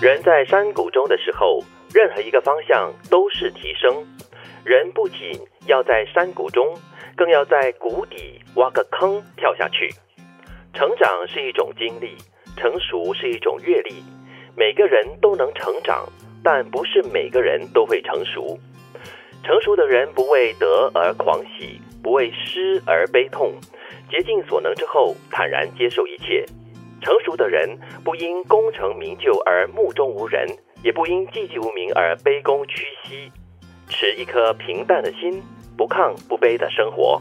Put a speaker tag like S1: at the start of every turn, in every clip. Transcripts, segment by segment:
S1: 人在山谷中的时候，任何一个方向都是提升。人不仅要在山谷中，更要在谷底挖个坑跳下去。成长是一种经历，成熟是一种阅历。每个人都能成长，但不是每个人都会成熟。成熟的人不为得而狂喜，不为失而悲痛，竭尽所能之后，坦然接受一切。成熟的人不因功成名就而目中无人，也不因寂寂无名而卑躬屈膝，持一颗平淡的心，不亢不卑的生活。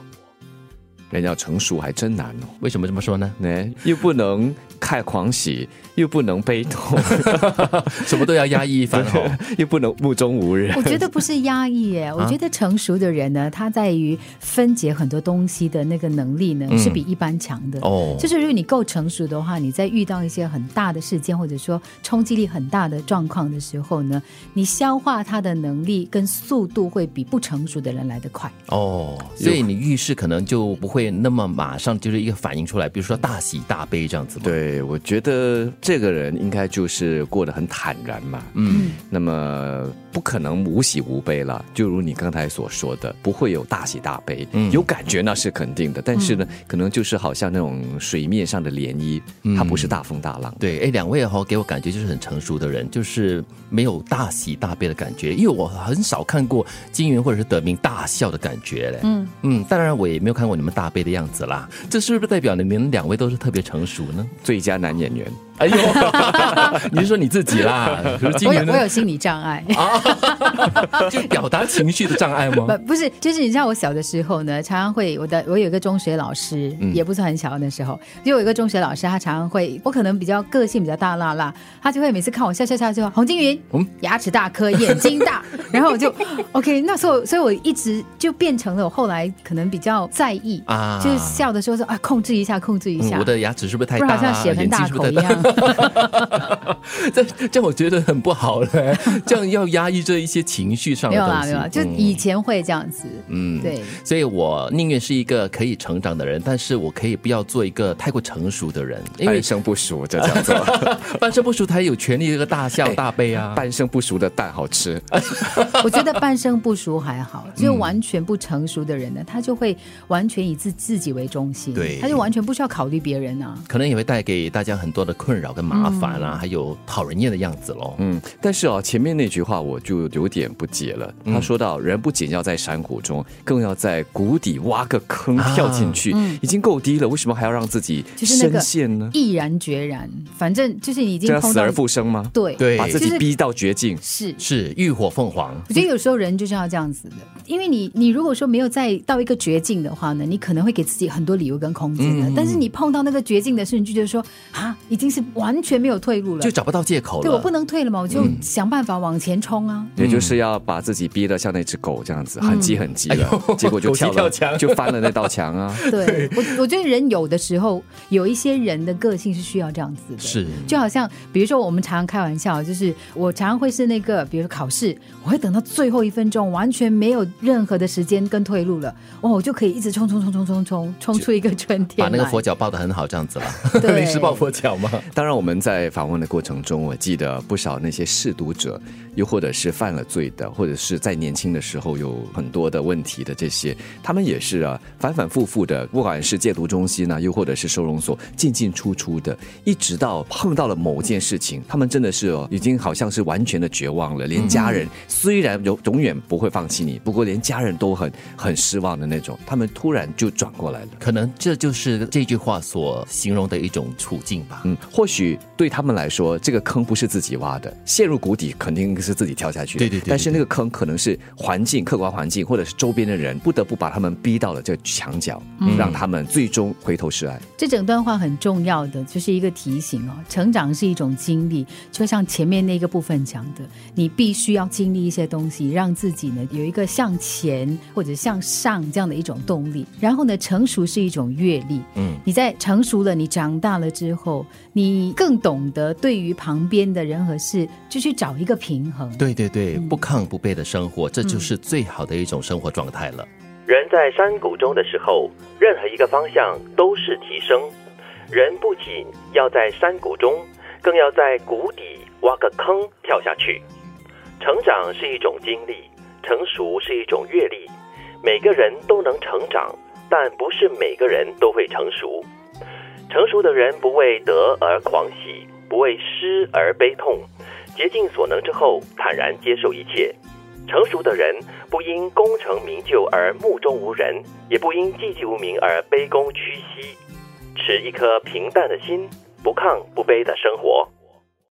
S2: 人要成熟还真难哦，
S3: 为什么这么说呢？
S2: 呢，又不能太狂喜，又不能悲痛，
S3: 什么都要压抑一番哦。
S2: 又不能目中无人。
S4: 我觉得不是压 抑
S3: 啊
S4: 耶，我觉得成熟的人呢，他在于分解很多东西的那个能力呢，是比一般强的。
S3: 嗯哦
S4: 就是如果你够成熟的话，你在遇到一些很大的事件或者说冲击力很大的状况的时候呢，你消化它的能力跟速度会比不成熟的人来得快。
S3: 哦，所以你遇事可能就不会那么马上就是一个反应出来，比如说大喜大悲这样子嘛。
S2: 对，我觉得这个人应该就是过得很坦然嘛，
S3: 嗯，
S2: 那么不可能无喜无悲了，就如你刚才所说的，不会有大喜大悲，
S3: 嗯
S2: 有感觉那是肯定的，但是呢，可能就是好像那种水面上的涟漪，它不
S3: 嗯
S2: 是大风大浪。
S3: 对，哎，两位哈、给我感觉就是很成熟的人，就是没有大喜大悲的感觉，因为我很少看过金云或者是德明大笑的感觉嘞。嗯嗯，当然我也没有看过你们大悲的样子啦。这是不是代表你们两位都是特别成熟呢？
S2: 最佳男演员，
S3: 哎呦， 你是说你自己 啦？可是金
S4: 我
S3: 云
S4: 有
S3: 呢
S4: 我？有心理障碍。
S3: 就表达情绪的障碍 吗？
S4: 不不是，就是你知道我小的时候呢，常常会我的我有一个中学老师，
S3: 嗯
S4: 也不是很小的时候，就有一个中学老师，他常常会我可能比较个性比较大辣辣，他就会每次看我笑笑笑就说洪金云，
S3: 嗯
S4: 牙齿大颗，眼 睛大，然后我就 OK，那时候所以我一直就变成了我后来可能比较在意
S3: 啊
S4: 就是笑的时候说啊控制一下，控制一下，
S3: 嗯我的牙齿是不是太
S4: 不
S3: 大
S4: 然好像
S3: 啦？
S4: 血盆
S3: 眼睛
S4: 大
S3: 是不
S4: 口
S3: 是
S4: 一
S3: 太大？
S4: 样。
S3: 这这样我觉得很不好 嘞，这样要压抑这一些情绪上
S4: 没
S3: 的
S4: 有
S3: 东
S4: 啦，
S3: 西。
S4: 没有啦，就
S3: 嗯
S4: 以前会这样子，
S3: 嗯
S4: 对。
S3: 所以我宁愿是一个可以成长的人，但是我可以不要做一个太过成熟的人，因为
S2: 半生不熟，这叫做
S3: 半生不熟，他有权利这个大笑大悲
S4: 哎
S3: 啊。
S2: 半生不熟的蛋好吃。
S4: 我觉得半生不熟还好，
S2: 嗯
S4: 就完全不成熟的人呢，他就会完全以自自己为中心，
S3: 对
S4: 他就完全不需要考虑别人啊。
S3: 可能也会带给大家很多的困扰跟麻烦
S4: 嗯
S3: 啊，还有讨人厌的样子咯。
S2: 嗯，但是哦，前面那句话我就有点不解了。他说到，人不仅要在山谷中，更要在谷底挖个坑
S3: 啊
S2: 跳进去，已经够低了，为什么还要让自己
S4: 就是那
S2: 深
S4: 个
S2: 陷呢？
S4: 毅然决然，反正就是你已经
S2: 这样
S4: 碰
S2: 死
S4: 到
S2: 而复生吗？
S4: 对
S3: 对
S2: 把自己
S4: 就是
S2: 逼到绝境。
S4: 是。
S3: 是浴火凤凰，
S4: 我觉得有时候人就是要这样子的，因为你你如果说没有再到一个绝境的话呢，你可能会给自己很多理由跟空间
S2: 嗯
S4: 的。但是你碰到那个绝境的时候，你就觉得说啊，已经是完全没有退路了，
S3: 就找不到借口了。
S4: 对我不能退了嘛，我就想办法往前冲啊。
S2: 也就是要把自己逼得像那只狗这样子，很急很急了，结果就
S3: 狗急
S2: 跳
S3: 跳
S2: 了，
S3: 墙
S2: 就翻了那道墙啊。
S4: 对我，我觉得人有的时候有一些人的个性是需要这样子的，
S3: 是
S4: 就好像比如说我们常常开玩笑，就是我常常会是那个，比如说考试，我会等到最后一分钟，完全没有任何的时间跟退路了，哇，我就可以一直冲冲冲冲冲冲冲出一个春天
S3: 把
S4: 来，
S3: 那个佛脚抱得很好，这样子了。
S4: 对
S3: 临时抱佛脚吗？
S2: 当然，我们在访问的过程中，我记得不少那些嗜赌者，又或者是犯了罪的，或者是在年轻的时候有很多的问题的这些，他们也是啊，反反复复的，不管是戒毒中心啊呢，又或者是收容所，进进出出的，一直到碰到了某件事情，他们真的是哦，已经好像是完全的绝望了，连家人、虽然永永远不会放弃你，不过连家人都很很失望的那种，他们突然就转过来了。
S3: 可能这就是这句话所形容的一种处境吧。
S2: 嗯，或许对他们来说，这个坑不是自己挖的，陷入谷底肯定是自己跳下去的。
S3: 对对对对
S2: 但是那个坑可能是环境、客观环境，或者是周边的人，不得不把他们逼到了这墙角，
S3: 嗯
S2: 让他们最终回头是岸。
S4: 这整段话很重要的，就是一个提醒哦，成长是一种经历，就像前面那个部分讲的，你必须要经历一些东西，让自己呢有一个向前或者向上这样的一种动力。然后呢，成熟是一种阅历，嗯，你在成熟了，你长大了之后，你更懂得对于旁边的人和事，就去找一个平衡。
S3: 对对对，不亢不卑的生活，这就是最好的一种生活状态了。
S1: 人在山谷中的时候，任何一个方向都是提升。人不仅要在山谷中，更要在谷底挖个坑跳下去。成长是一种经历，成熟是一种阅历。每个人都能成长，但不是每个人都会成熟。成熟的人不为得而狂喜，不为失而悲痛，竭尽所能之后，坦然接受一切。成熟的人不因功成名就而目中无人，也不因寂寂无名而卑躬屈膝，持一颗平淡的心，不亢不卑的生活。